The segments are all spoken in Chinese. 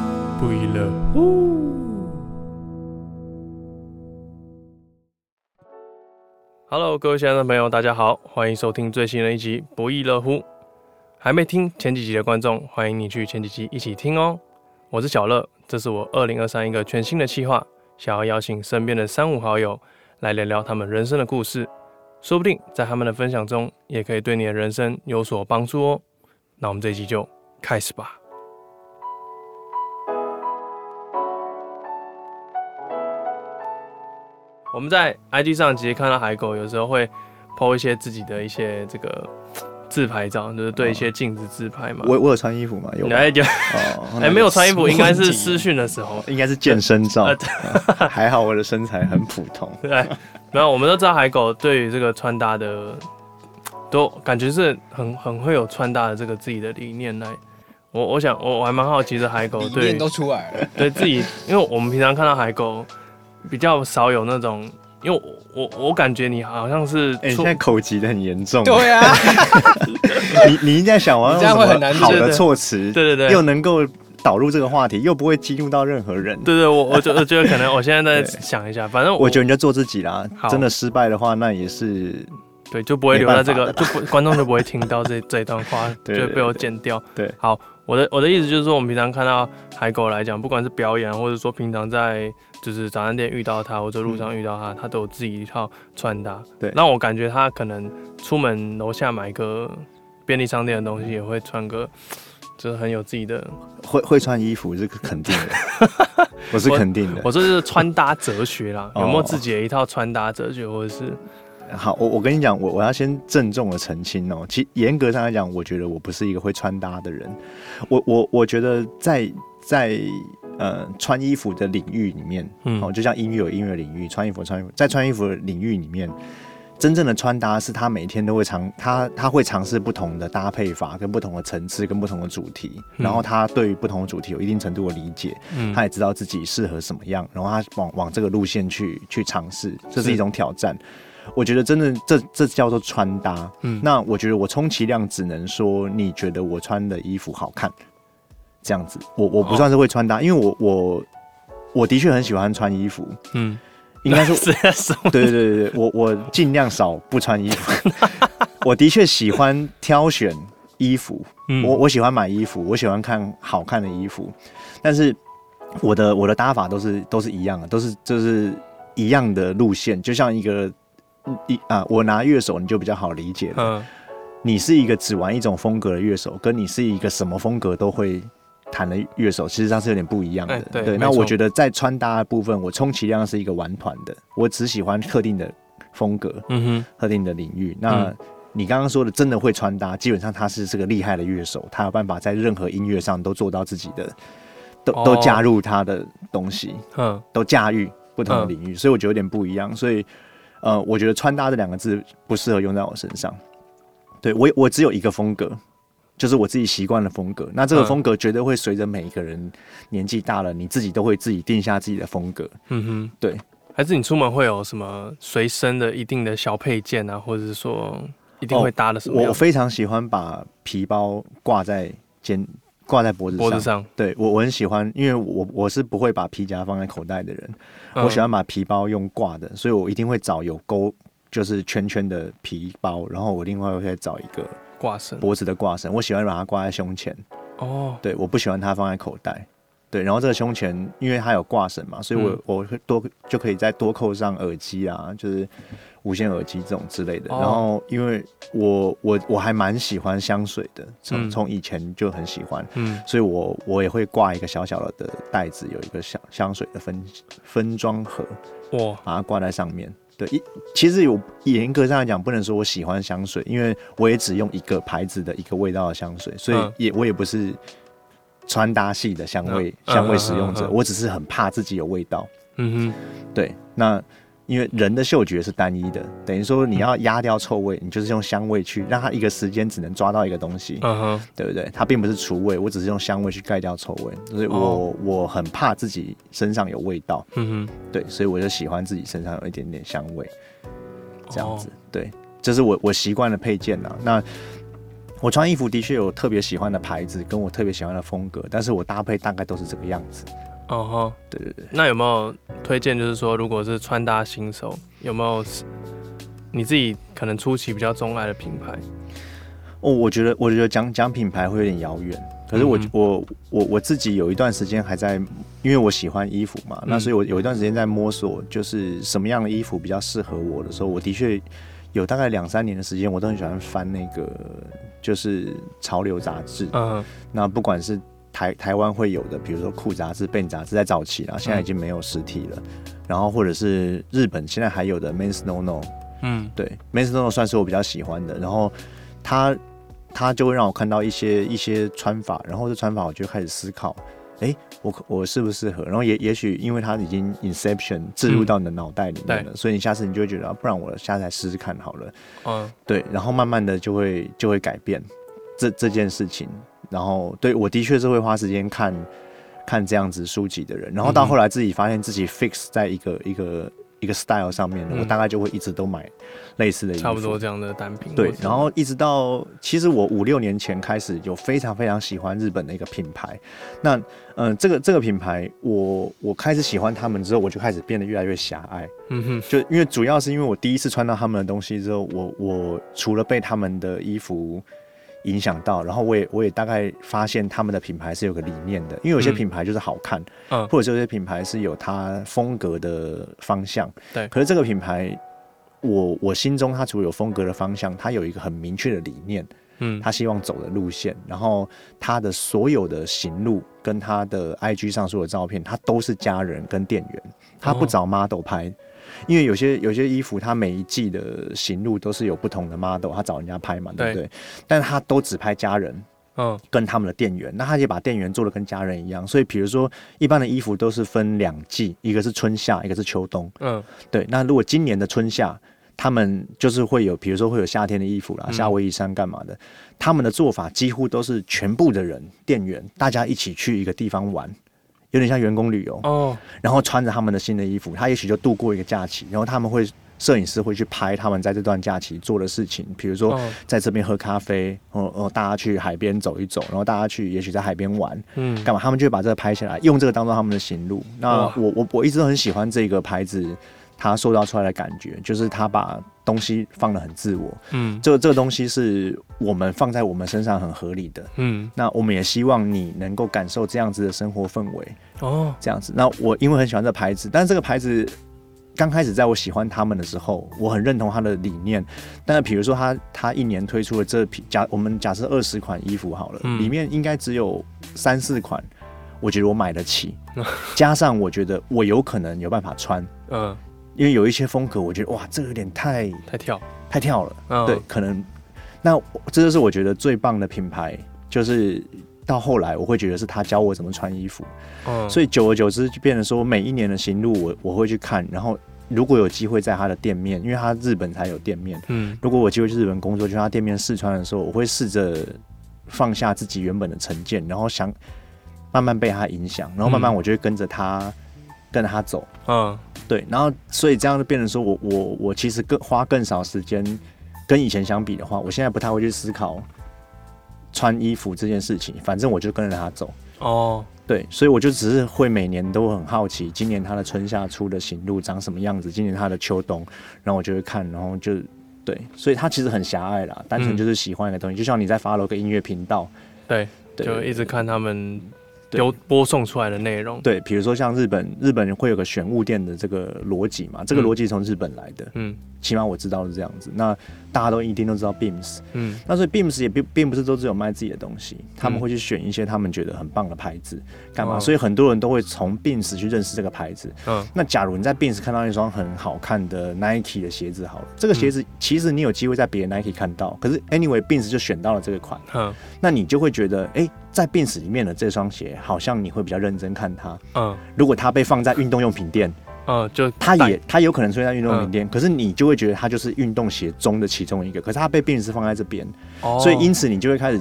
了。呼 Hello，各位亲爱的朋友，大家好，欢迎收听最新的一集《不亦乐乎》。还没听前几集的观众，欢迎你去前几集一起听哦。我是小乐，这是我二零二三一个全新的企划，想要邀请身边的三五好友来聊聊他们人生的故事，说不定在他们的分享中，也可以对你的人生有所帮助哦。那我们这一集就开始吧。我们在 IG 上其实看到海狗有时候会 PO 一些自己的一些这个自拍照，就是对一些镜子自拍嘛。我我有穿衣服吗？有吗来有哦，那哎、没有穿衣服，应该是私私，讯的时候。应该是健身 照呃。嗯还好我的身材很普通，对，没有，我们都知道海狗对于这个穿搭的，都感觉是很很会有穿搭的这个自己的理念来。我我想我我还蛮好奇的海狗理哦对念都出来 了，对自己，因为我们平常看到海狗比较少有那种，因为我我我感觉你好像是哎，你出现在口疾的很严重。对 啊，你你应该想我要你这样用什会么很难好对对的对措辞，对对对又能够导入这个话题，又不会激怒到任何人。对对，我我觉我觉得可能我现在在 对想一下，反正我我觉得你就做自己啦好，真的失败的话，那也是对，就不会留在这个，没就不观众就不会听到这这一段话，就 对会对被我剪掉。对好，我的我的意思就是说，我们平常看到海狗来讲，不管是表演，啊或者说平常在就是早餐店遇到它，或者路上遇到它，它都有自己一套穿搭。嗯对让我感觉它可能出门楼下买个便利商店的东西，也会穿个。就是很有自己的，会会穿衣服，这个肯定的， 我是肯定的。我说这是穿搭哲学啦，有没有哦自己的一套穿搭哲学，或者是好，我我跟你讲，我我要先郑重的澄清哦。其严格上来讲，我觉得我不是一个会穿搭的人。我我我觉得在在呃穿衣服的领域里面，嗯哦，就像音乐有音乐领域，穿衣服有穿衣服，在穿衣服的领域里面，真正的穿搭是他每天都会尝他他会尝试不同的搭配法，跟不同的层次，跟不同的主题，嗯然后他对于不同的主题有一定程度的理解，嗯他也知道自己适合什么样，然后他往往这个路线去去尝试，这是是一种挑战。我觉得真的这这叫做穿搭。嗯那我觉得我充其量只能说，你觉得我穿的衣服好看，这样子。我我哦不算是会穿搭，因为我我我的确很喜欢穿衣服，嗯，应该说 是啊什么？对对对对，对我我尽量少不穿 衣服。我的确喜欢挑选衣服，嗯我我喜欢买衣服，我喜欢看好看的衣服，但是我的我的搭法都是都是一样的，都是就是一样的路线，就像一个一啊，我拿乐手你就比较好理解了。嗯你是一个只玩一种风格的乐手，跟你是一个什么风格都会弹的乐手，其实上是有点不一样的。哎对没那错我觉得在穿搭的部分，我充其量是一个玩团的，我只喜欢特定的风格、嗯哼，特定的领域。那、嗯你刚刚说的真的会穿搭，基本上他是这个厉害的乐手，他有办法在任何音乐上都做到自己的，都哦都加入他的东西。嗯都驾驭不同的嗯领域，所以我觉得有点不一样。所以，呃，我觉得“穿搭”这两个字不适合用在我身上。对我，我只有一个风格，就是我自己习惯的风格。那这个嗯风格绝对会随着每一个人年纪大了，你自己都会自己定下自己的风格。嗯哼，对。还是你出门会有什么随身的一定的小配件啊，或者是说一定会搭的什么我样哦我的非常喜欢把皮包挂在肩，挂在脖子上。脖子上？对我，我很喜欢，因为我我是不会把皮夹放在口袋的人，嗯我喜欢把皮包用挂的，所以我一定会找有勾，就是圈圈的皮包，然后我另外会再找一个嗯挂绳。脖子的挂绳，我喜欢把它挂在胸前，哦，对，我不喜欢它放在口袋，对，然后这个胸前因为它有挂绳嘛，所以我、嗯我会多就可以再多扣上耳机啊，就是无线耳机这种之类的。哦然后因为我我我还蛮喜欢香水的，嗯从从以前就很喜欢，嗯，所以我我也会挂一个小小的袋子，有一个香香水的分分装盒，哇，把它挂在上面。对，一其实有严格上来讲，不能说我喜欢香水，因为我也只用一个牌子的一个味道的香水，所嗯以也、我也不是穿搭系的香味、嗯香味使用者，嗯嗯嗯嗯我只是很怕自己有味道。嗯哼，对，那因为人的嗅觉是单一的，等于说你要压掉臭味，你就是用香味去让它一个时间只能抓到一个东西。嗯哼，对不对？它并不是除味，我只是用香味去盖掉臭味，所以我、哦我很怕自己身上有味道，嗯对，所以我就喜欢自己身上有一点点香味，哼，这样子，哦。对，这是我我习惯的配件啊。那我穿衣服的确有特别喜欢的牌子，跟我特别喜欢的风格，但是我搭配大概都是这个样子。哦吼，对对对，那有没有推荐？就是说，如果是穿搭新手，有没有你自己可能初期比较钟爱的品牌？哦，我觉得我觉得讲讲品牌会有点遥远，可是我、嗯我我我自己有一段时间还在，因为我喜欢衣服嘛，那嗯所以我有一段时间在摸索，就是什么样的衣服比较适合我的时候，我的确有大概两三年的时间，我都很喜欢翻那个就是潮流杂志，嗯那不管是台台湾会有的，比如说酷杂志、笨杂志，在早期啦，现在已经没有实体了。然后或者是日本现在还有的 Men's No No，嗯对 Men's No No 算是我比较喜欢的。然后它它就会让我看到一些一些穿法，然后这穿法我就开始思考，哎，我可我适不适合？然后也也许因为它已经 Inception 置入到你的脑袋里面了，所以你下次你就会觉得，啊不然我下次来试试看好了。嗯对，然后慢慢的就会就会改变这这件事情。然后对我的确是会花时间看看这样子书籍的人，然后嗯到后来自己发现自己 fix 在一个一个一个 style 上面，嗯我大概就会一直都买类似的衣服，差不多这样的单品。对或，是然后一直到其实我五六年前开始有非常非常喜欢日本的一个品牌，那嗯、呃这个这个品牌我我开始喜欢他们之后，我就开始变得越来越狭隘，嗯就因为主要是因为我第一次穿到他们的东西之后，我我除了被他们的衣服影响到，然后我也我也大概发现他们的品牌是有个理念的，因为有些嗯品牌就是好看，嗯或者是有些品牌是有它风格的方向，对可是这个品牌。我我心中，它除了有风格的方向，它有一个很明确的理念，哼他希望走的路线，然后他的所有的行路跟他的 IG 上所有的照片，他都是家人跟店员，他哦不找 model 拍，因为有些有些衣服他每一季的行路都是有不同的 model，他找人家拍嘛，对不对？但他都只拍家人，嗯跟他们的店员，那他也把店员做的跟家人一样，所以比如说一般的衣服都是分两季，一个是春夏，一个是秋冬。嗯对，那如果今年的春夏，他们就是会有，比如说会有夏天的衣服啦，嗯夏威夷衫干嘛的，他们的做法几乎都是全部的人店员大家一起去一个地方玩。有点像员工旅游，哦然后穿着他们的新的衣服，他也许就度过一个假期，然后他们会摄影师会去拍他们在这段假期做的事情，比如说哦在这边喝咖啡，哦哦，大家去海边走一走，然后大家去也许在海边玩，嗯干嘛？他们就会把这个拍下来，用这个当做他们的行路。那哇我我我一直都很喜欢这个牌子，它塑造出来的感觉，就是它把东西放得很自我。嗯这这个东西是我们放在我们身上很合理的。嗯那我们也希望你能够感受这样子的生活氛围，哦这样子。那我因为很喜欢这个牌子，但是这个牌子刚开始在我喜欢他们的时候，我很认同他的理念。但是比如说他他一年推出的这批假，我们假设二十款衣服好了，嗯里面应该只有三四款，我觉得我买 得起，加上我觉得我有可能有办法穿，嗯因为有一些风格，我觉得哇，这个有点太太跳太跳了。嗯对，可能那我这就是我觉得最棒的品牌，就是到后来我会觉得是他教我怎么穿衣服。嗯所以以久而久之就变成说，每一年的行路我我会去看，然后如果有机会在他的店面，因为他日本才有店面，嗯如果我有机会去日本工作，去他店面试穿的时候，我会试着放下自己原本的成见，然后想慢慢被他影响，然后慢慢嗯我就会跟着他。跟着他走，嗯对，然后所以这样就变成说我我我其实更花更少时间，跟以前相比的话，我现在不太会去思考穿衣服这件事情，反正我就跟着他走。哦对，所以我就只是会每年都很好奇，今年它的春夏出的行路长什么样子，今年它的秋冬，然后我就会看，然后就对，所以它其实很狭隘啦，单纯就是喜欢一个东西，就像你在 follow 个音乐频道，对，就对一直看他们对丢播送出来的内容。对，比如说像日本，日本会有个选物店的这个逻辑嘛，这个嗯逻辑从日本来的，嗯起码我知道是这样子。那大家都一定都知道 Beams，嗯那所以 Beams 也并并不是都只有卖自己的东西，他们嗯会去选一些他们觉得很棒的牌子，干嘛？哦所以很多人都会从 Beams 去认识这个牌子。嗯那假如你在 Beams 看到一双很好看的 Nike 的鞋子，好了，这个鞋子嗯其实你有机会在别的 Nike 看到，可是 anyway Beams 就选到了这个款，嗯那你就会觉得，哎、在 Beams 里面的这双鞋，好像你会比较认真看它。嗯如果它被放在运动用品店，嗯，就它带也它有可能出现在运动嗯用品店，可是你就会觉得它就是运动鞋中的其中一个，可是它被 Beams 放在这边，哦所以因此你就会开始。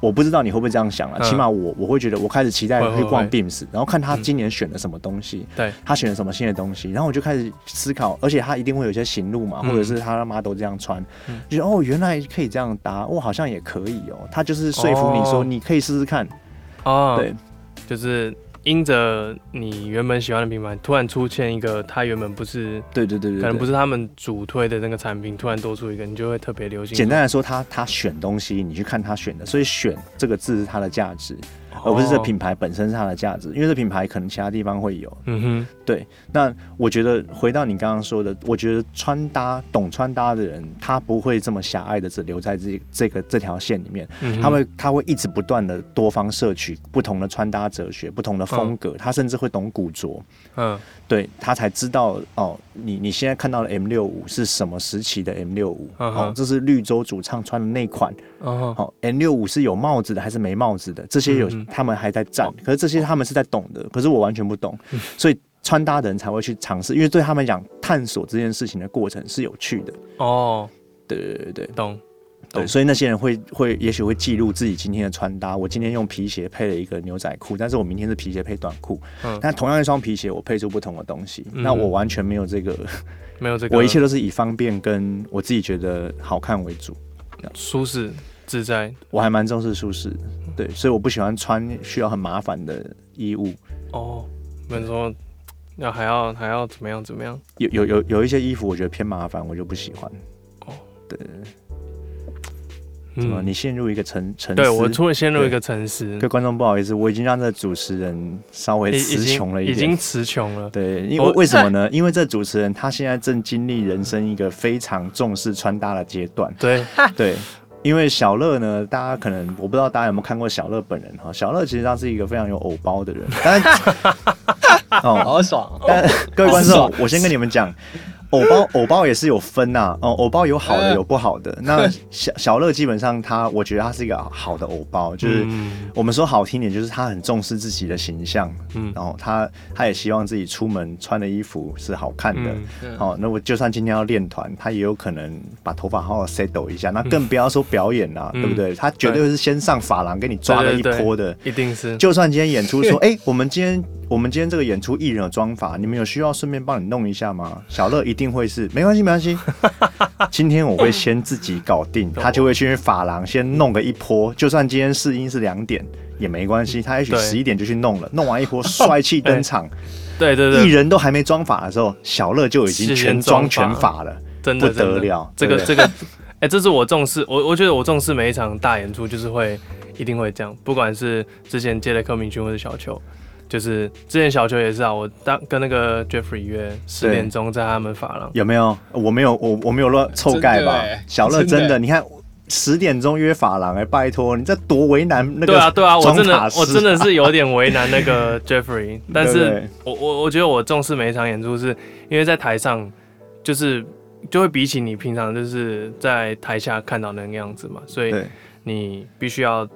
我不知道你会不会这样想啊，嗯起码我我会觉得我开始期待会会去逛会 Beams，然后看他嗯今年选了什么东西，对他选了什么新的东西，然后我就开始思考，而且他一定会有一些行路嘛，嗯或者是他的 model 这样穿，嗯就觉得哦，原来可以这样搭，我好像哦也可以哦。他就是说服你哦说你可以试试看，哦，对就是因着你原本喜欢的品牌，突然出现一个它原本不是，对对对对，可能不是是。他们主推的那个产品，突然多出一个，你就会特别流行。简单来说，他他选东西，你去看他选的，所以“选”这个字是它的价值，哦，而不是这品牌本身是它的价值，因为这品牌可能其他地方会有。嗯那我觉得回到你刚刚说的，我觉得穿搭懂穿搭的人，他不会这么狭隘的只留在这这个这条线里面，哼，嗯哼他会他会一直不断的多方摄取不同的穿搭哲学、不同的风格，他甚至会懂古着，嗯对他才知道哦，你你现在看到的 M 六五是什么时期的 M 六五？嗯哦哼，这是绿洲主唱穿的那款。哦哦，N 六五是有帽子的还是没帽子的？这些有、嗯嗯他们还在站，可是这些他们是在懂的，可是我完全不懂，嗯 所以穿搭的人才会去尝试，因为对他们讲探索这件事情的过程是有趣的。哦，对对对对懂对，懂所以那些人会会也许会记录自己今天的穿搭。我今天用皮鞋配了一个牛仔裤，但是我明天是皮鞋配短裤。嗯那同样一双皮鞋，我配出不同的东西。嗯那我完全没有这个，没有这个，我一切都是以方便跟我自己觉得好看为主。舒适自在我还蛮重视舒适的，对，所以我不喜欢穿需要很麻烦的衣物。哦。没有说要还要还要怎么样怎么样？有有有有一些衣服我觉得偏麻烦，我就不喜欢。哦，对，对对嗯怎么、你陷入一个沉沉思？对我突然陷入一个沉思，各位观众不好意思，我已经让这主持人稍微已词已经穷了一已点经。词穷了。对，因我为为什么呢？ 因为这主持人他现在正经历人生一个非常重视穿搭的阶段。对，对，因为小乐呢，大家可能我不知道大家有没有看过小乐本人哈。小乐其实他是一个非常有偶包的人，但哦，好爽 哦！但各位观好啊众爽，我先跟你们讲，偶包偶包也是有分呐、哦，偶包有好的嗯有不好 的。那小小乐基本上他，我觉得他是一个好的偶包，就是。嗯我们说好听点，就是他很重视自己的形象，嗯然后他他也希望自己出门穿的衣服是好看的。嗯嗯好、那我就算今天要练团，他也有可能把头发好好 settle 一下，那更不要说表演啦、嗯对不对？他绝对是先上发廊给你抓了一对对对波的。一定是就算今天演出说， 哎、我们今天我们今天这个演出艺人有妆法，你们有需要顺便帮你弄一下吗？小乐一定会是，没关系，没 关系。今天我会先自己搞定，他就会去发廊先弄个一波，就算今天试音是两点也没关系，他也许嗯对十一点就去弄了，弄完一波帅气登场，对 对艺对，人都还没妆法的时候，小乐就已经事先全妆妆全法法了，真不的真的得了。这个对不对这个，哎、这是我重视，我我觉得我重视每一场大演出，就是会一定会这样，不管是之前接的柯明君或者小球，就是之前小球也是啊，我当跟那个 Jeffrey 约十对点钟在他们发廊，有没有？我没有，我我没有乱臭盖吧真的欸？小乐真的真的，你看十点钟约法郎，哎，拜托，你这多为难那个对啊对啊，我装真的法师我真的是有点为难那 个 Jeffrey，但对是对我我我觉得我重视每一场演出，是因为在台上就是就会比起你平常就是在台下看到那个样子嘛，所以对你必须要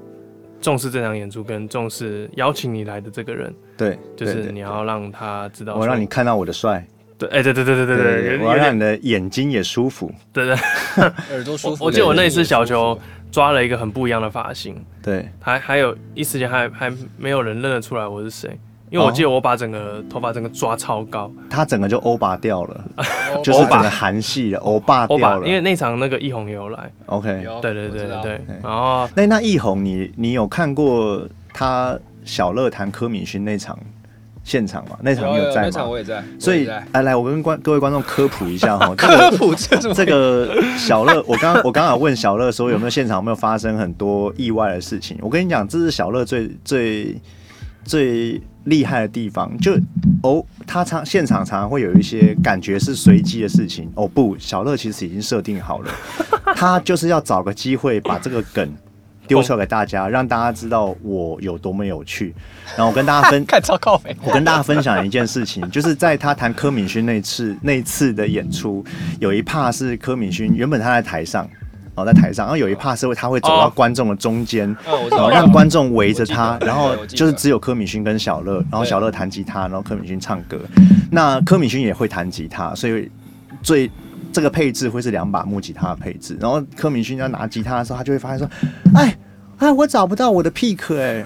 重视这场演出，跟重视邀请你来的这个人，对，就对是对你要让他知道说，我让你看到我的帅，对，哎、对对对对对对，有我要有点让你的眼睛也舒服，对对耳朵舒服。我我记得我那一次小球球，抓了一个很不一样的发型，对，还还有一时间还还没有人认得出来我是谁。因为我哦记得我把整个头发整个抓超高，他整个就欧巴掉了，哦就是欧巴整个韩系的欧巴我把掉了因为那场那个易红也有来， ，OK。有对对对哎哦我知对道对哦对，然后那那易红，你你有看过他小乐谈柯敏勋那场现场吗？那场你有有在那场吗？我也在，所以哎我也在来来，我跟观各位观众科普 一下哈，这个 科普 这种这个小乐，我刚我刚好问小乐说有没有现场有没有发生很多意外的事情。我跟你讲，这是小乐最最最厉害的地方，就哦，他常现场常常会有一些感觉是随机的事情。哦不，小乐其实已经设定好了，他就是要找个机会把这个梗。丢出来给大家，让大家知道我有多么有趣。然后我跟大家分看超靠北，我跟大家分享一件事情，就是在他谈柯敏勋那次那一次的演出，有一趴是柯敏勋原本他在台上，哦，在台上，然后有一趴是会他会走到哦观众的中间。嗯，我知然道后让观众围着他我，记得然后我记得就是只有柯敏勋跟小乐，然后对小乐弹吉他，然后柯敏勋唱歌。那柯敏勋也会弹吉他，所以最这个配置会是两把木吉他的配置。然后柯敏勋要拿吉他的时候，他就会发现说：“哎，啊，我找不到我的 pick 哎、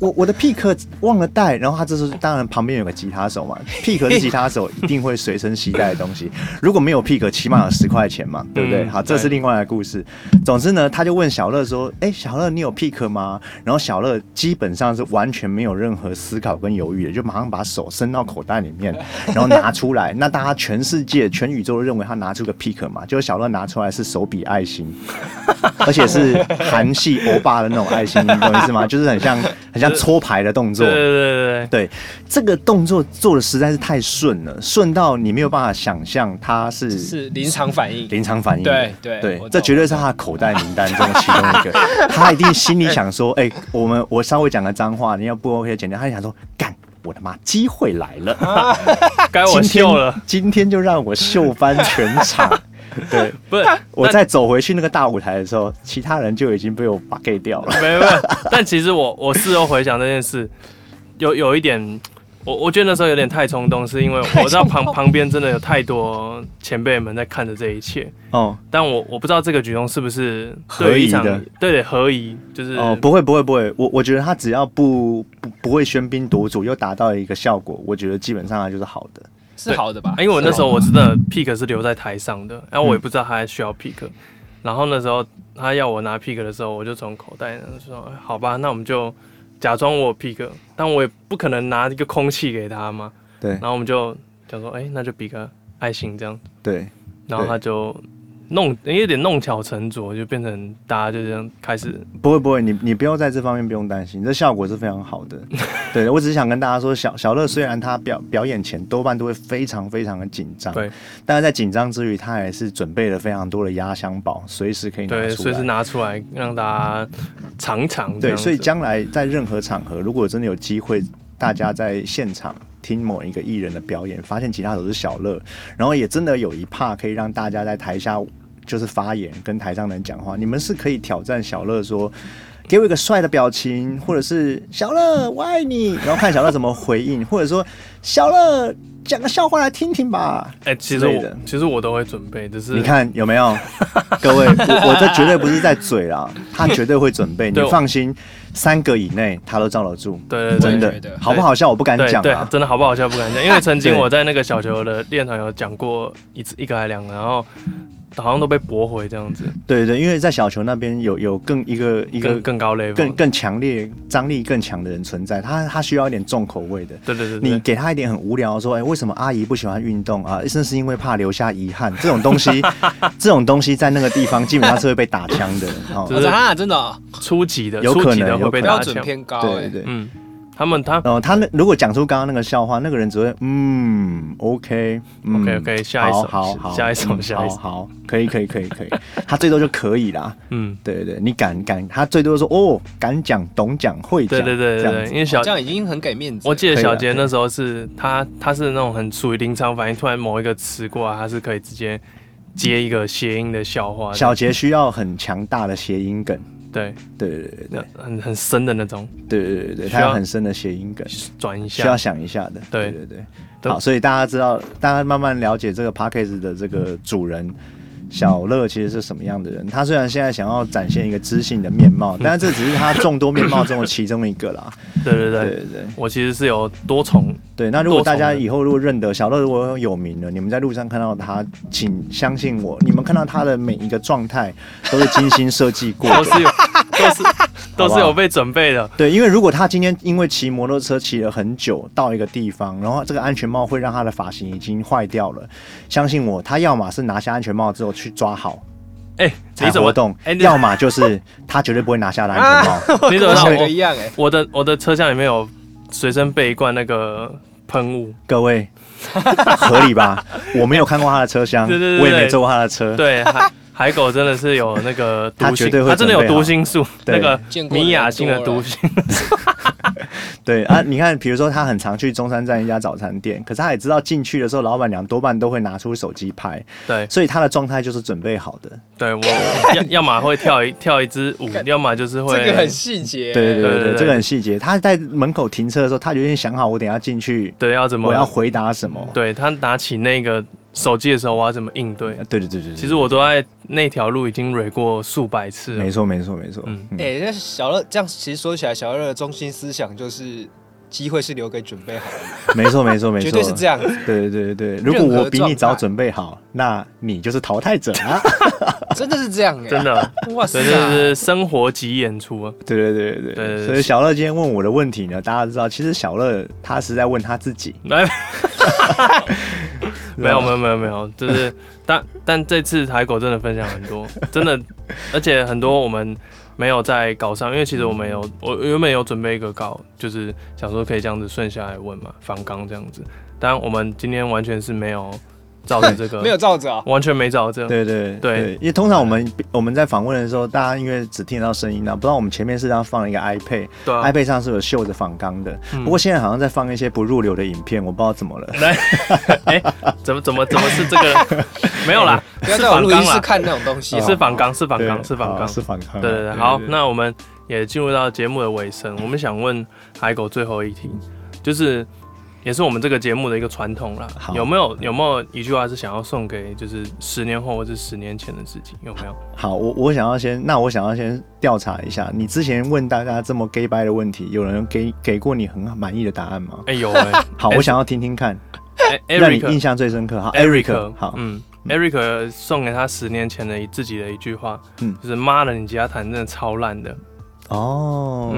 我我我的 pick 忘了带，然后他这是当然旁边有个吉他手嘛，pick 是吉他手一定会随身携带的东西，如果没有 pick，起码有十块钱嘛，对不对？嗯好，这是对另外的故事。总之呢，他就问小乐说：“哎、小乐你有 pick 吗？”然后小乐基本上是完全没有任何思考跟犹豫的，就马上把手伸到口袋里 面，然后拿出来。那大家全世界全宇宙都认为他拿出个 pick 嘛，结果小乐拿出来是手比爱 心。而且是韩系欧巴的那种爱心，你懂我意思 吗？就是很像很像搓牌的动作对。对对对对，这个动作做的实在是太顺了，顺到你没有办法想象它是是临场反应。临场反应。对对对我，懂这绝对是他的口袋名单中的其中一个。他一定心里想说：“哎、我们我稍微讲个脏话，你要不 OK 剪掉。”他就想说：“干，我的妈，机会来了。”对，该我秀了，今天，今天就让我秀翻全场。对，不是我再走回去那个大舞台的时候，其他人就已经被我 b u 掉了。没有没有，但其实我我事后回想这件事，有有一点，我我觉得那时候有点太冲动，是因为我知道旁旁边真的有太多前辈们在看着这一切，哦但我我不知道这个举动是不是合对于宜一场的对对合宜，就是哦，不会不会不会，我我觉得他只要不不不会喧宾夺主，又达到一个效果，我觉得基本上它就是好的。是好的吧？啊因为我那时候是好我真的 pick 是留在台上的，然后嗯我也不知道他还需要 pick，、然后那时候他要我拿 pick 的时候，我就从口袋那说，哎好吧，那我们就假装我有 pick，但我也不可能拿一个空气给他嘛，对然后我们就讲说，哎、那就比个爱心这样，对，然后他就弄有点弄巧成拙，就变成大家就这样开始，不会不会，你你不要在这方面不用担心，这效果是非常 好的。对我只是想跟大家说，小小乐虽然他表表演前多半都会非常非常的紧张，对，但是在紧张之余，他还是准备了非常多的压箱宝，随时可以拿出对，来。随时拿出来让大家尝尝这对，样子，所以将来在任何场合，如果真的有机会，大家在现场听某一个艺人的表演，发现吉他手是小乐，然后也真的有一趴可以让大家在台下就是发言，跟台上人讲话，你们是可以挑战小乐说。给我一个帅的表情，或者是小乐我爱你，然后看小乐怎么回应，或者说小乐讲个笑话来听听吧。哎、其实之类我的其实我都会准备，只是你看有 没有？各位，我我这绝对不是在嘴啦，他绝对会准备，你 对我放心，三个以内他都罩得住。对对对真对对的对好不好笑我不敢对讲对啊，。真的好不好笑不敢讲，因 为曾经对我在那个小球的练团有讲过一次一个还两个，然后好像都被驳回这样子，对对，因为在小球那边有有更一个一个更更高 level，更更强烈、张力更强的人存在，他他需要一点重口味的。对对对你对，给他一点很无聊，说，哎、为什么阿姨不喜欢运动啊？那是因为怕留下遗憾。这种东西， 这种东西在那个地方基本上是会被打枪 的。哦，就是啊，真的哦初级的有初可级能的会有被可打能标枪准，偏高对哎。对。嗯，他们他然后他那如果讲出刚刚那个笑话，那个人只会嗯，OK，嗯 OK，OK，下一首好好好，下一首嗯下一首好好，可以可以可以可以，他最多就可以啦。嗯，对对对，你敢敢，他最多说哦，敢讲、懂讲、会讲，对对对这对样对，子因为小这样已经很给面子了。我记得可以小了杰可以啊那时候是他他是那种很属于临场反应，突然某一个词过啊来，他是可以直接接一个谐音的笑话的，小杰需要很强大的谐音梗，对，对对对对很很深的那种对对对对，需要他有很深的谐音梗，转一需要下，想一下的。对对对对对，好，所以大家知道，大家慢慢了解这个 p a c k a g e 的这个主人。小乐其实是什么样的人？他虽然现在想要展现一个知性的面嗯貌，但是这只是他众多面貌中的其中一个啦。对 对对对。对对我其实是有多重对，那如果多重大家的以后如果认得小乐，如果有名了，你们在路上看到他，请相信我，你们看到他的每一个状态都是精心设计 过都的。是有，都是 都是有被准备的。对，因为如果他今天因为骑摩托车骑了很久到一个地方，然后这个安全帽会让他的发型已经坏掉了，相信我，他要么是拿下安全帽之后去抓好哎、才你怎么活动，哎、你 啊要么就是他绝对不会拿下他的安全帽。你怎么跟让我我一样哎？我的我的车厢里面有随身备一罐那个喷雾，各位，合理吧？我没有看过他的车厢， 对对对我也对没坐过他的车。对，海 海狗真的是有那个它毒性绝，对会它真的有准备好毒性素，对那个见过的人米雅星的毒多了 性，对啊，你看，比如说他很常去中山站一家早餐店，可是他也知道进去的时候，老板娘多半都会拿出手机拍，对所以他的状态就是准备好的。对，我要要么会跳 一跳一支舞，要么就是这个会很细节。对对对对对对对，对这个很细节。他在门口停车的时候，他就已经想好，我等一下进去对要怎么我要回答什么。对他拿起那个手机的时候，我要怎么应对？啊对对对对，对其实我都在那条路已经蕊过数百次了没。错没错没错，嗯嗯，哎、那小乐这样其实说起来，小乐的中心思想就是机会是留给准备好的，没错没错 没错，绝对是这样子。对对对对，如果我比你早准备好，那你就是淘汰者啊！ 真的是这样哎、真的，哇塞对，！这是生活及演出啊。对对对对对对对对，所以小乐今天问我的问题呢，大家知道，其实小乐他是在问他自己， 来，没有没有，啊有没有没有，就是但但这次台狗真的分享很多，真的，而且很多我们没有在稿上，因为其实我们有我原本有准备一个稿，就是想说可以这样子顺下来问嘛，反纲这样子，但我们今天完全是没有照着这个， 没有照着啊，完全没照着这个，对对对因为通常我们我们在访问的时候，大家因为只听得到声音啊，不知道我们前面是要放一个 iPad，iPad、对哎啊，上是有秀着仿钢的，嗯不过现在好像在放一些不入流的影片，我不知道怎么了。怎么怎么怎么是这个 没有啦， 不要是在我反录音纲室啦，看那种东西也啊。是反纲是反对纲是反哦纲是反抗，对对对，好，那我们也进入到节目的尾声， 我们想问海狗最后一题，就是也是我们这个节目的一个传统啦，好有没有有没有一句话是想要送给就是十年后或者十年前的事情，有没有？好，我我想要先，那我想要先调查一下，你之前问大家这么 gay 掰的问题，有人给给过你很满意的答案吗？哎、有哎、好，哎我想要听听看，哎 让你印 Eric 象最深刻。好，Eric，好，嗯。Eric 送给他十年前的一自己的一句话，嗯就是妈的，你吉他弹真的超烂的。哦，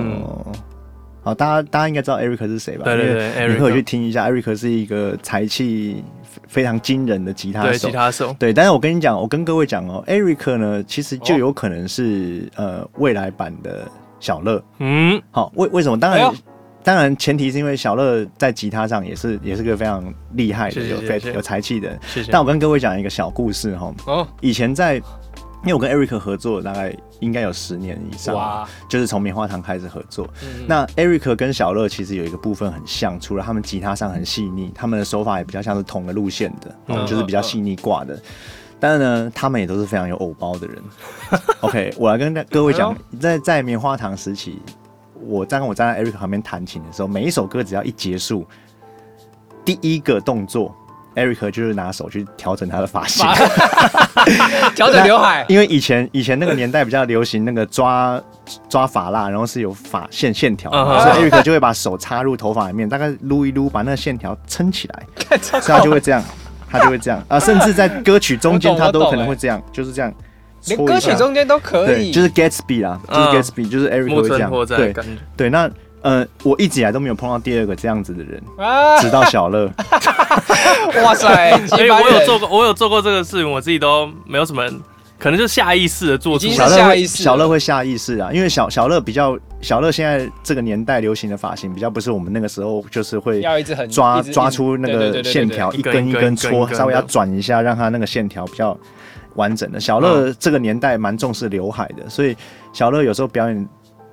好，大家大家应该知道 Eric 是谁嗯吧？对对因为对你可以去，Eric 听一下，Eric 是一个才气非常惊人的吉他对手吉。他手，对，但是我跟你讲，我跟各位讲哦，Eric 呢，其实就有可能是、呃未来版的小乐。嗯，好，为为什么？当然，哎呦当然前提是因为小乐在吉他上也是也是个非常厉害的、是是有是非是有才气的人。谢谢。但我跟各位讲一个小故事哈，哦，以前在。因为我跟 Eric 合作大概应该有十年以上，哇，就是从棉花糖开始合作。嗯那 Eric 跟小乐其实有一个部分很像，除了他们吉他上很细腻，他们的手法也比较像是同个路线的，嗯哦、就是比较细腻挂的。但是呢，他们也都是非常有偶包的人。OK，我 来跟大各位讲哎，在在棉花糖时期，我当我站在 Eric 旁边弹琴的时候，每一首歌只要一结束，第一个动作，Eric 就是拿手去调整他的发型。 调整 刘海，因为以前以前那个年代比较流行那个抓抓发蜡，然后是有发线线条嗯嘛，嗯啊所以 Eric 就会把手插入头发里面，大概撸一撸，把那个线条撑起来，看超所以他就会这样，他就会这样啊，甚至在歌曲中间我懂他都我懂可能欸会这样，就是这样搓一 连下。歌曲中间都可对，以，啊就是 Gatsby 啦，就是嗯 Gatsby，就是 Eric 木会这村样拓。哉的对感觉，对，那呃，我一直以来都没有碰到第二个这样子的 人，啊，直到小乐。哇塞， 所接以班我人有做过，我有做过这个事情，我自己都没有什么，可能就下意识的做出已经来小。乐下会意识小乐会下意识啊，因为小小乐比较小乐现在这个年代流行的发型比较不是我们那个时候就是会要一直很抓一直抓出那对对个对对线条对一对对根一一根根一根一搓，根稍微的要转一下，让它那个线条比较完整的。小乐嗯这个年代蛮重视刘海的，所以小乐有时候表演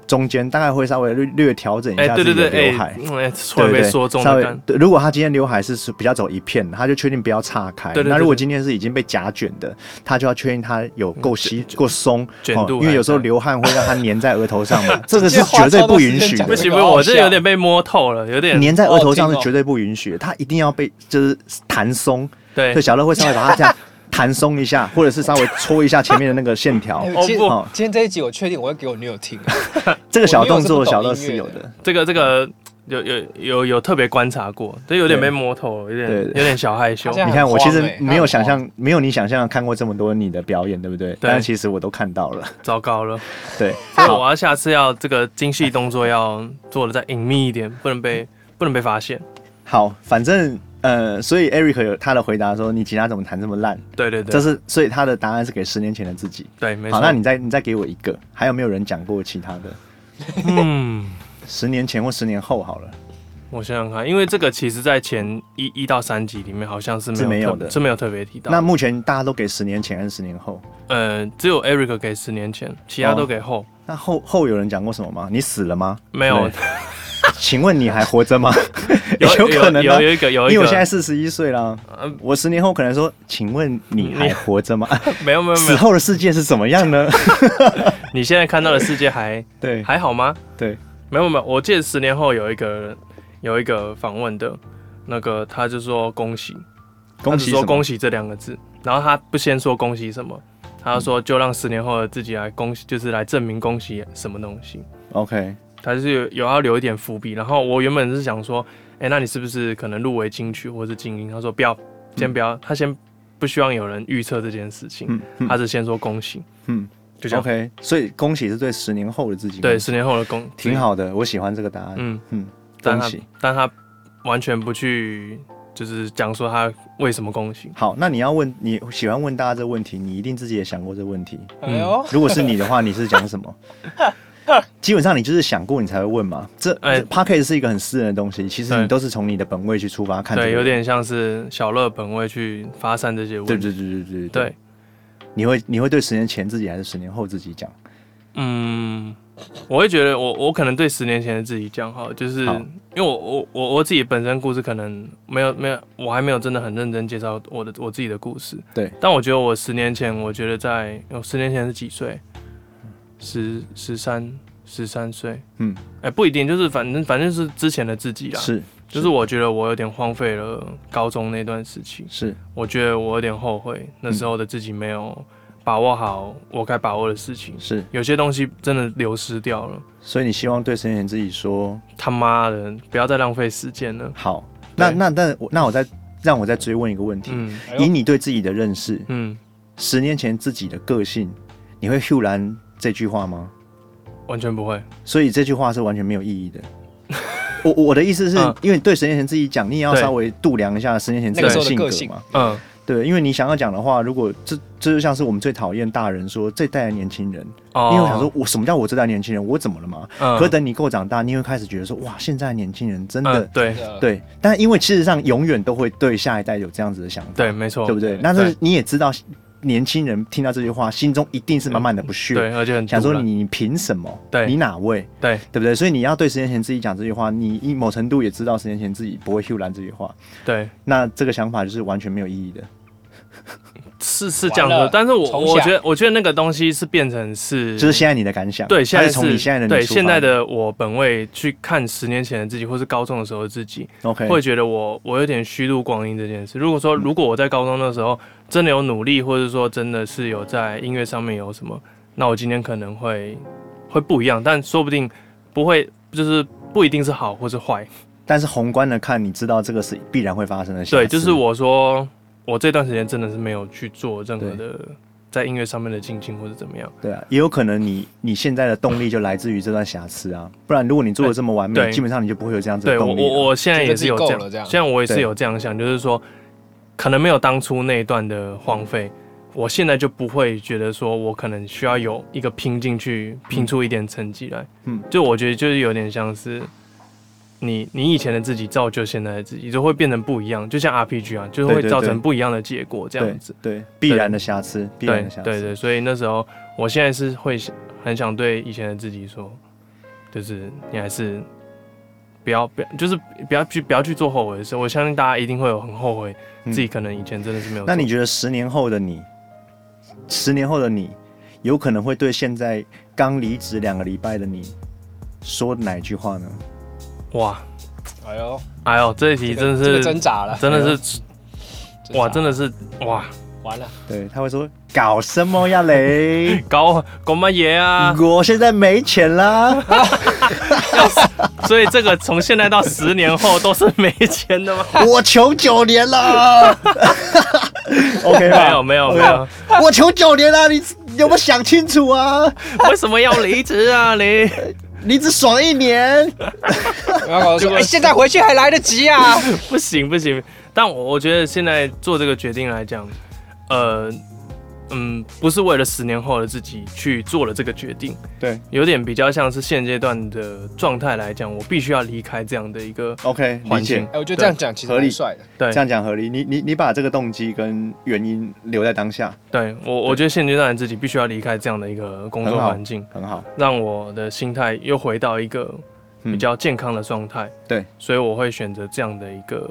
中间大概会稍微略略调整一哎、下对自对己的对，刘哎海。，嗯哎突对然对被对，说中稍的微感，对如果他今天刘海是是比较走一片的，他就确定不要岔开。对对对那如果对嗯今天是已经被夹卷的，他就要确定他有够稀、够松，哦卷度因为还有时候在流汗会让它粘在额 头上嘛，这个是这话绝对超多不时允间许讲的不不。行行不行，不行我我这这有有点点被摸透了，有点粘在额头上好是好听哦绝对不允许的，它一定要被就是弹松， 对所以。小乐会稍微把 它这样弹松一下，或者是稍微搓一下前面的那个线 条哎。哦今不哦今天这一集我确定我会给我女友听，这个小我因为我动是作不懂小乐音乐是有的的，这个这个有有有有特别观察过，这有点被摸透了，有点对有点小害羞好。像你看，我其很慌实欸没有很想象，没有你想象看过这么多你的表演，对不对？但其实我都看到了。糟糕了，对，所以 我要下次要这个精细动作要做的再隐秘一点，不能被不能被发现。好，反正呃，所以 Eric 有他的回答说：“你吉他怎么弹这么烂对对？”这对，是，所以他的答案是给十年前的自己。对没错。好，那你再你再给我一个，还有没有人讲过其他的？嗯，十年前或十年后好了，我想想看，因为这个其实在前一一到三集里面好像是没有是没有特的是没有特别提到。那目前大家都给十年前还是十年后？呃，只有 Eric 给十年前，其哦他都给后。那后后有人讲过什么吗？你死了吗？没有，请问你还活着吗？ 有可能有啊有，一个有一因个，为我现在四十一岁啦嗯，我十年后可能说，请问你还活着吗？没有没有没死有，后的世界是怎么样呢？你现在看到的世界还对还好吗？对，没有没有，我记得十年后有一个有一个访问的，那个他就说恭喜，他恭只喜什说么恭喜这两个字，然后他不先说恭喜什么，他说就让十年后的自己来恭喜，就是来证明恭喜什么东西。 OK，他就是有有要留一点伏笔。然后我原本是想说，哎、那你是不是可能入围金曲或是金音？他说不要，先不要，他先不希望有人预测这件事情，嗯，嗯他是先说恭喜，嗯就这样。 OK，所以恭喜是对十年后的自己吗，对，十年后的恭挺，好的，我喜欢这个答案。嗯，嗯，但恭他喜。但他完全不去就是讲说他为什么恭喜，好，那你要问你喜欢问大家这个问题，你一定自己也想过这个问题。哎哦呦，如果是你的话，你是讲 什么？基本上你就是想过你才会问嘛。这哎 p a c k e t 是一个很私人的东西，其实对你都是从你的本位去出发看这个对，人。有点像是小乐本位去发散这些问对题，对对对对对，你会你会对十年前自己还是十年后自己讲？嗯，我会觉得我我可能对十年前的自己讲好，就是好因为我我我我自己本身故事可能没有没有，我还没有真的很认真介绍我的我自己的故事。对，但我觉得我十年前，我觉得在我十年前是几岁？十十三十三岁，嗯，哎、不一定，就是反正反正是之前的自己啦。，是，就是我觉得我有点荒废了高中那段时期，是我觉得我有点后悔那时候的自己没有把握好我该把握的事情。是，有些东西真的流失掉了，所以你希望对十年前自己说他妈的，不要再浪费时间了。好。那对那那我那我再让我再追问一个问题，嗯哎以呦你对自己的认识，嗯，十年前自己的个性，你会 h 然这句话吗？完全不会。所以这句话是完全没有意 义的。我我的意思是、嗯因为对十年前自己讲，你也要对稍微度量一下十年前自己那个性时候的格嘛。嗯，对，因为你想要讲的话，如果这这就像是我们最讨厌大人说这代的年轻人，哦因为我想说，我什么叫我这代年轻人，我怎么了嘛？嗯可等你够长大，你会开始觉得说，哇，现在的年轻人真的、嗯对对，对，但因为事实上永远都会对下一代有这样子的想法，对，没错对，不对？对那是哦对你也知道，年轻人听到这句话，心中一定是满满的不屑，对，而且很突想然说你你凭什么？对你哪位？对对不对？所以你要对十年前自己讲这句话，你一某程度也知道十年前自己不会 h 兰这句话，对那这个想法就是完全没有意义的。是是这样完说了，但是我重我想觉得我觉得那个东西是变成是就是现在你的感想，对，现在它是从你现在的你对出发现在的我本位去看十年前的自己，或是高中的时候的自己， OK，会觉得我我有点虚度光阴这件事。如果说如果我在高中的时候真的有努力，或者说真的是有在音乐上面有什么，那我今天可能会会不一样，但说不定不会，就是不一定是好或是坏。但是宏观的看，你知道这个是必然会发生的瑕疵。对，就是我说我这段时间真的是没有去做任何的在音乐上面的精进或者怎么样。对啊，也有可能你你现在的动力就来自于这段瑕疵啊，不然如果你做的这么完美，对基本上你就不会有这样子的对我动力、啊。我我现在也是有这觉得自己够了这样，样现在我也是对有这样想，就是说可能没有当初那一段的荒废。我现在就不会觉得说，我可能需要有一个拼劲去拼出一点成绩来。嗯嗯，就我觉得就是有点像是你你以前的自己造就现在的自己，就会变成不一样。就像 RPG 啊，就是会对对造成对不一样的结果这样对子。对必然的瑕疵，必然对的瑕疵。对对，所以那时候，我现在是会想很想对以前的自己说，就是你还是不要不要，就是不要去不要去做后悔的事。我相信大家一定会有很后悔，嗯自己可能以前真的是没有做。那你觉得十年后的你，十年后的你，有可能会对现在刚离职两个礼拜的你说哪句话呢？哇，哎呦，哎呦，这一题这真个的这个是、挣扎了，真的是挣扎哇，真的是哇，完了，对，他会说搞什么呀 雷？搞搞乜爷 啊！我现在没钱啦。 所以这个从现在到十年后都是没钱的吗？我求九 年了，OK 吧？啊没有没有没有，我求九年了，你有没有想清楚啊？为什么要离职啊你？你只爽一年，然后我说，哎，现在回去还来得及啊， 不行不行，但我我觉得现在做这个决定来讲，呃，嗯，不是为了十年后的自己去做了这个决定，对有点比较像是现阶段的状态来讲，我必须要离开这样的一个，OK，环理境解。。 哎，我觉得这样讲其实合理蛮帅的，对这样讲合理，你你你把这个动机跟原因留在当下，对我我觉得现阶段的自己必须要离开这样的一个工作很好环境，很好。让我的心态又回到一个嗯比较健康的状态。对，所以我会选择这样的一个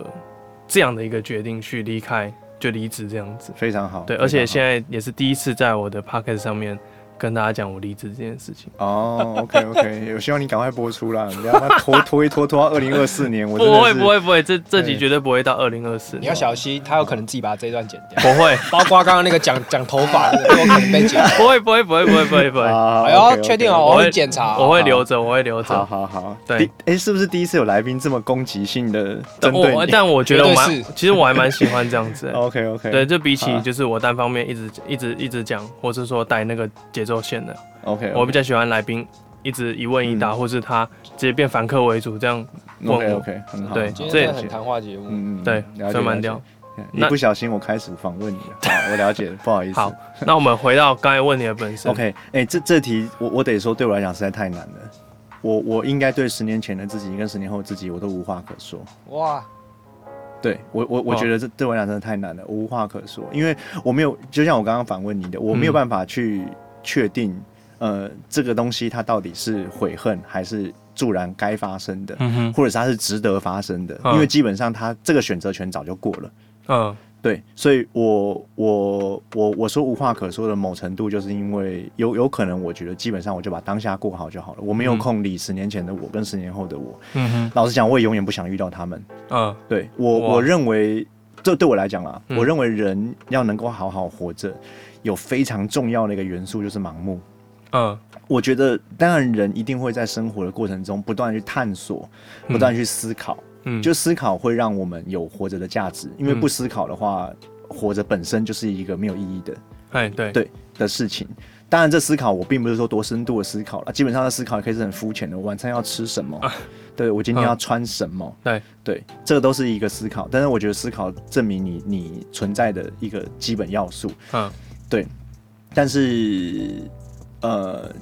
这样的一个决定去离开，就离职这样子。非常好。对，而且非常好现在也是第一次在我的 p o c k e t 上面跟大家讲我离职这件事情。哦，OK OK，我希望你赶快播出啦，你要不要拖 拖一拖拖到二零二四年，我真不的会是不会不会，这这集对绝对不会到二零二四。你要小心，他有可能自己把这一段剪掉，不会包括刚刚那个讲讲头发的，都有可能被剪。不会不会不会不会不会不会，啊哎 OK，OK 呦，确定哦，我我会会检查哦，我会留着我会留好着。好好，对第，哎，是不是第一次有来宾这么攻击性的针但对我你。但我觉得我蛮绝对是，其实我还蛮喜欢这样子欸 ？OK OK，对，就比起好啊就是我单方面一直一直一直讲，或是说带那个节奏线的， ，OK，我比较喜欢来宾一直一问一嗯答，或是他直接变反客为主这样。问我 OK OK，很好，对很好今这天也真的很谈话节目，嗯嗯，对嗯了解所以蛮了解屌一那不小心我开始访问你了，好，我了解，不好意思。好，那我们回到刚才问题的本身。 OK，哎、这这题我我得说对我来讲实在太难了。我我应该对十年前的自己跟十年后的自己我都无话可说。哇，对我我我哦觉得这对我来讲真的太难了，我无话可说，因为我没有就像我刚刚反问你的，我没有嗯办法去确定、呃这个东西它到底是悔恨还是助然该发生的，嗯哼，或者是它是值得发生的，嗯因为基本上它这个选择权早就过了。嗯对，所以我我我我说无话可说的某程度，就是因为有有可能，我觉得基本上我就把当下过好就好了，我没有嗯空理十年前的我跟十年后的我。嗯哼，老实讲，我也永远不想遇到他们。嗯对我哇我认为，这对我来讲啊，嗯我认为人要能够好好活着，有非常重要的一个元素就是盲目。嗯我觉得，当然人一定会在生活的过程中不断地去探索，不断地去思考。嗯，就思考会让我们有活着的价值，因为嗯不思考的话，活着本身就是一个没有意义的哎对对的事情。当然，这思考我并不是说多深度的思考了，基本上的思考也可以是很肤浅的。我晚餐要吃什么？对我今天要穿什么？啊嗯对对，这个都是一个思考。但是我觉得思考证明你你存在的一个基本要素。嗯对，但是呃，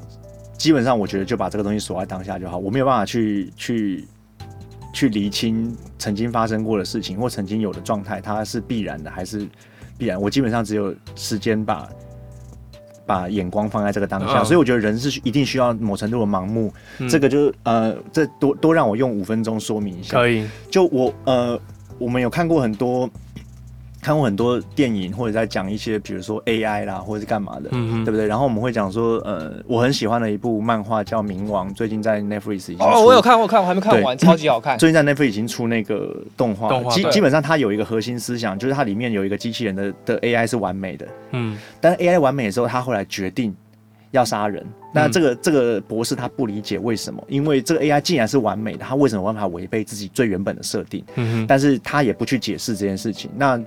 基本上我觉得就把这个东西锁在当下就好，我没有办法去去去厘清曾经发生过的事情或曾经有的状态，它是必然的还是必然？我基本上只有时间把。把眼光放在这个当下，嗯所以我觉得人是需一定需要某程度的盲目。嗯这个就是呃，这多多让我用五分钟说明一下。可以，就我呃，我们有看过很多，看过很多电影，或者在讲一些，比如说 AI 啦，或者是干嘛的，嗯哼，对不对？然后我们会讲说，呃，我很喜欢的一部漫画叫《冥王》，最近在 Netflix 已经哦，出我有看，我有看，我还没看完，超级好看。最近在 Netflix 已经出那个动画了，动画基对嗯基本上它有一个核心思想，就是它里面有一个机器人的的 AI 是完美的，嗯但 AI 完美的时候，他后来决定要杀人。嗯那这个、这个博士他不理解为什么，因为这个 AI 既然是完美的，他为什么有办法违背自己最原本的设定？嗯哼，但是他也不去解释这件事情。那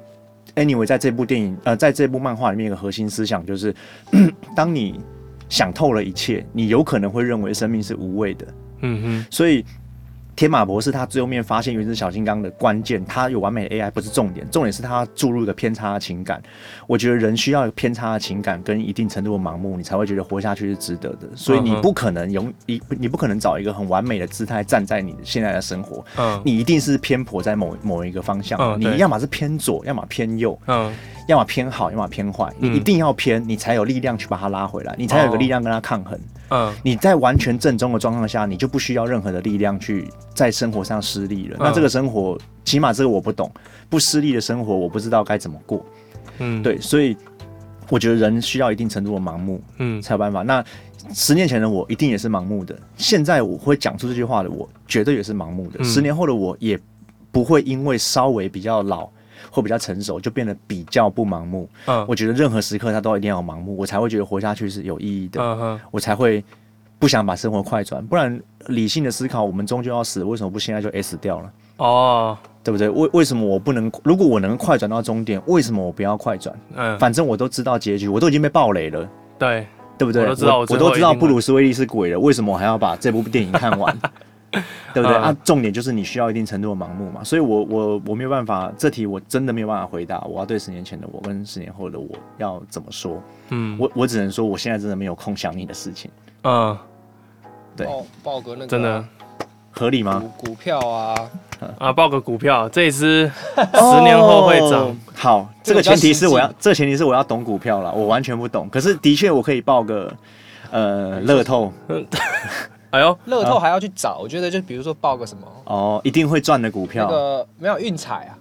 anyway，在这部电影呃，在这部漫画里面，一个核心思想就是， 当你想透了一切，你有可能会认为生命是无味的。嗯哼。所以，天马博士他最后面发现原子小金刚的关键，他有完美的 AI 不是重点，重点是他注入一个偏差的情感。我觉得人需要有偏差的情感跟一定程度的盲目，你才会觉得活下去是值得的。所以你嗯哼不可能永一，你不可能找一个很完美的姿态站在你现在的生活，嗯你一定是偏颇在某某一个方向，嗯对你要么是偏左，要么偏右，嗯要么偏好，要么偏坏，你嗯一定要偏，你才有力量去把它拉回来，你才有一个哦力量跟它抗衡。嗯你在完全正宗的状况下，你就不需要任何的力量去在生活上失利了。嗯那这个生活，起码这个我不懂，不失利的生活我不知道该怎么过。嗯，对，所以我觉得人需要一定程度的盲目嗯才有办法。那十年前的我一定也是盲目的，现在我会讲出这句话的我，绝对也是盲目的。嗯十年后的我也不会因为稍微比较老。或比较成熟，就变得比较不盲目。嗯，我觉得任何时刻他都一定要有盲目，我才会觉得活下去是有意义的。嗯哼我才会不想把生活快转，不然理性的思考，我们终究要死，为什么不现在就 S 掉了？哦，对不对？为为什么我不能？如果我能快转到终点，为什么我不要快转？嗯，反正我都知道结局，我都已经被暴雷了，对，对不对？我都知道我我最后都知道一定布会鲁斯威利是鬼了，为什么我还要把这部电影 看完？对不对？嗯啊，重点就是你需要一定程度的盲目嘛。所以我我我没有办法，这题我真的没有办法回答。我要对十年前的我跟十年后的我要怎么说？嗯，我我只能说，我现在真的没有空想你的事情，嗯， 对豹豹哥那个啊真的合理吗？股股票啊，啊，报个股票，这一只十年后会哦涨，。好，这这个个前提是我要比较实，这个前提是我要懂股票了，我完全不懂。可是的确我可以报个呃乐透哎呦，乐啊透还要去找，我觉得就比如说报个什么哦，一定会赚的股那票。个没有运彩啊，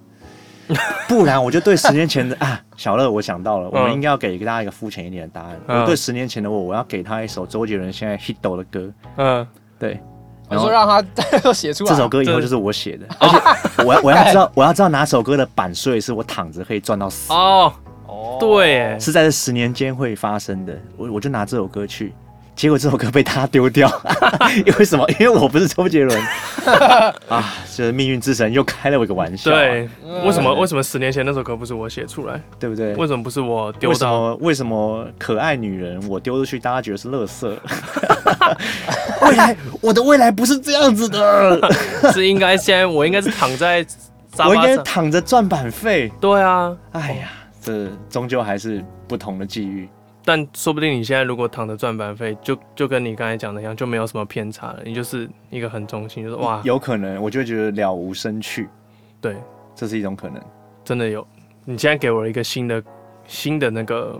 不然我就对十年 前的啊，小乐，我想到了，我们嗯应该要给大家一个肤浅一点的答案。嗯我对十年前的我，我要给他一首周杰伦现在 hit 抖的歌，嗯，对，你啊说让他 都写出来，这首歌以后就是我写的，而且 我要我要知道我要知道哪首歌的版税是我躺着可以赚到死，哦，哦对耶，是在这十年间会发生的。我我就拿这首歌去，结果这首歌被他丢掉， 因为什么？因为我不是周杰伦 啊，就是命运之神又开了我一个玩笑啊、对，为什么为什么十年前那首歌不是我写出来？对不对？为什么不是我丢为什到？么为什么可爱女人我丢出去，大家觉得是垃圾？ 未来我的未来不是这样子 的， 是应该现在我应该是躺在沙我应发该上。躺着赚版费。对啊，哎呀，这终究还是不同的际遇。但说不定你现在如果躺着赚版费，就就跟你刚才讲的一样，就没有什么偏差了。你就是一个很中性，就是哇，嗯有可能我就会觉得了无生趣，对，这是一种可能。真的有。你现在给我了一个新的新的那个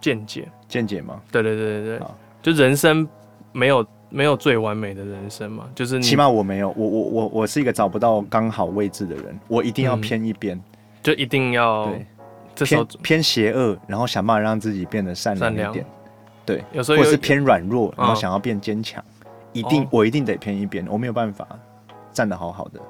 见解。见解吗？对对对对对好，就人生没有没有最完美的人生嘛，就是你起码我没有，我我我我是一个找不到刚好位置的人，我一定要嗯偏一边，就一定要对，这时候偏偏邪恶，然后想办法让自己变得善良善良一点，对，有时候有或者是偏软弱，然后嗯想要变坚强，一定哦我一定得偏一边，我没有办法站得好好的。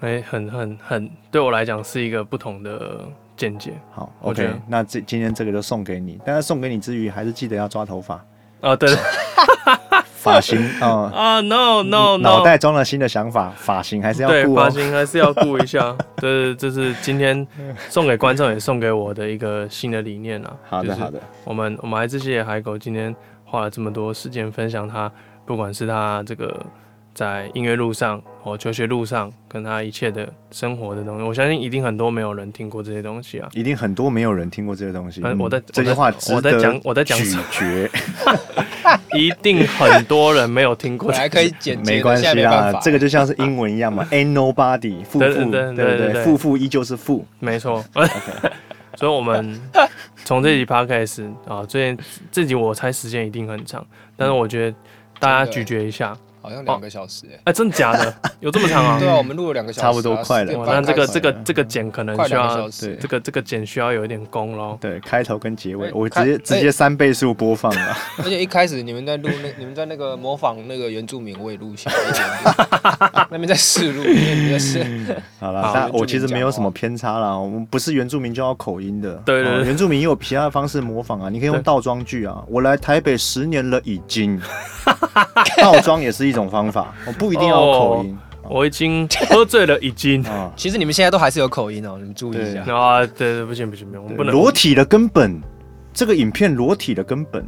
哎、很很很，对我来讲是一个不同的见解好我觉，OK，得那这今天这个就送给你，但是送给你之余，还是记得要抓 头发、啊。对发型啊，啊，no no 脑 no，袋装了新的想法，发型还是要对顾发哦。型还是要顾一 下。对，这是今天送给观众也送给我的一个新的理念啊。好的，好。的，我们我们还是谢谢海狗今天花了这么多时间分享他，不管是他这个在音乐路上哦，求学路上，跟他一切的生活的东西，我相信一定很多没有人听过这些东西啊。一定很多没有人听过这些东西。嗯我在这句我在话值我在得讲我在讲咀什么 嚼，一定很多人没有听过本来可以剪接的，没关系现在没办啦法，这个就像是英文一样嘛 ，ain't nobody，负负，啊对对对对不对对对？负负依旧是负。没错， 所以我们从这集 podcast 啊，最近这集我猜时间一定很长，但是我觉得大家咀嚼一下，好像两个小时哎。哎，真的假的？ 有这么长啊？对啊，我们录了两个小时哦啊，差不多快了10点哇，半那这个开这始个这个剪可能快需两个要小时，这个这个剪需要有一点功咯。对，开头跟结尾，哎我直开接直接哎三倍速播放了。而且一开始你们在录那，你们在那个模仿那个原住民，我也 录下来一点点，那边在试录，因为你们在试，好好了，但原住我民其实没有讲话什么偏差啦，我们不是原住民就要口音的，对对哦对原住民也有其他的方式模 仿啊，你可以用对倒装句啊，我来台北十年了已 经，倒装也是一种方法，我不一定要有口音我已经喝醉了，已 经啊，其实你们现在都还是有口音哦，你们注意一下。啊，对对，不行不行不行，我们不能裸体的根本。这个影片裸体的根本，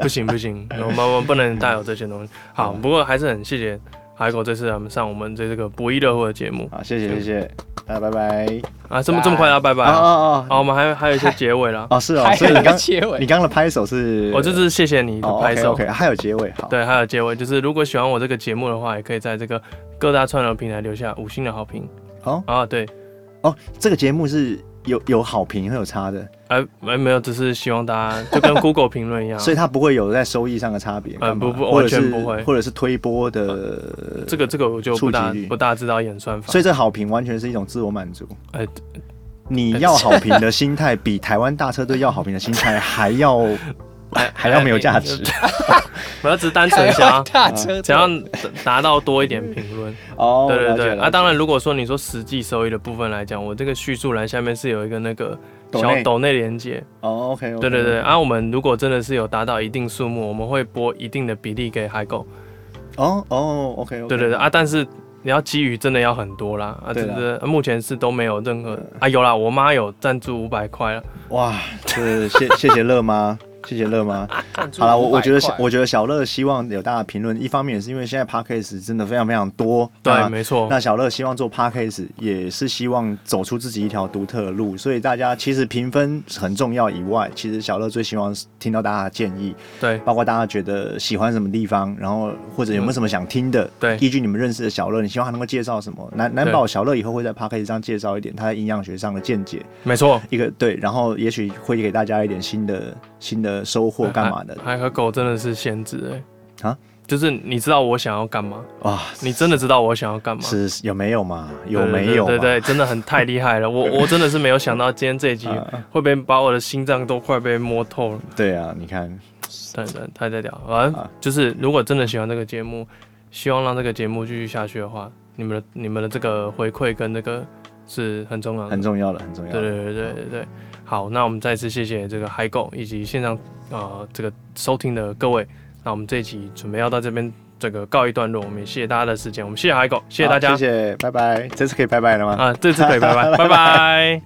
不行不行，我们我们不能带有这些东西。好，嗯不过还是很谢谢海狗这次我们上我们这这个不亦乐乎的节目啊好，谢谢谢谢，大家拜拜。啊，这么这么快要拜拜啊啊！啊好，我们还有还有一些结尾啦。哦，是哦还，所以有你刚结尾你，刚刚的拍手是，我就是谢谢你的哦拍手 OK，还有结尾，好，对，还有结尾就是如果喜欢我这个节目的话，也可以在这个各大串流平台留下五星的好评哦啊。对，哦，这个节目是有有好评会有差的，哎没没有，只是希望大家就跟 Google 评论一样，所以它不会有在收益上的差别，啊呃干嘛不不或者完全是不会或者是推播的，这个这个我就不大触及率不大知道演算法所。以这好评完全是一种自我满足。哎你要好评的心态比台湾大车队要好评的心态还要 哎还还要没有价值我要只是单纯想要嗯大 车，想要达到多一点评论。 哦对对了解对，了啊，解当然，如果说你说实际收益的部分来讲，我这个叙述栏下面是有一个那个抖小内抖内连接，哦，OK，对对对，啊，我们如果真的是有达到一定数目，我们会拨一定的比例给海狗，哦哦，OK，对对对，啊，但是你要基于真的要很多啦，啊，对这啦这目前是都没有任何啊，有啦，我妈有赞助五百块了，哇，这谢 谢谢乐妈，谢谢乐妈。啊好了，我我觉得小我觉得小乐希望有大家评论，一方面也是因为现在 podcast 真的非常非常多，对，啊那没错，啊那小乐希望做 podcast 也是希望走出自己一条独特的路，所以大家其实评分很重要以外，其实小乐最希望是听到大家的建议，对包括大家觉得喜欢什么地方，然后或者有没有什么想听的，对依据你们认识的小乐，你希望他能够介绍什么？难难保小乐以后会在 podcast 上介绍一点他在营养学上的见解，没错，一个对，然后也许会给大家一点新的新的收获，干嘛的？海海和狗真的是先知哎、啊就是你知道我想要干嘛， 哇，你真的知道我想要干嘛。是是有没有嘛？有对对没有嘛？对对对，真的很太厉害了！我我真的是没有想到今天这 一集嗯会被把我的心脏都快被摸透了，对啊，你看，太太太太屌了！反正啊就是，如果真的喜欢这个节目，希望让这个节目继续下去的话，你们的你们的这个回馈跟那个是很重要的很。重要的，很重要对的。对对对对对，好，那我们再次谢谢这个海狗以及线上呃这个收听的各位，那我们这一集准备要到这边这个告一段落，我们也谢谢大家的时间，我们谢谢海狗，谢谢大家，好谢谢，拜拜。这次可以拜拜了吗？啊，这次可以拜拜，拜拜。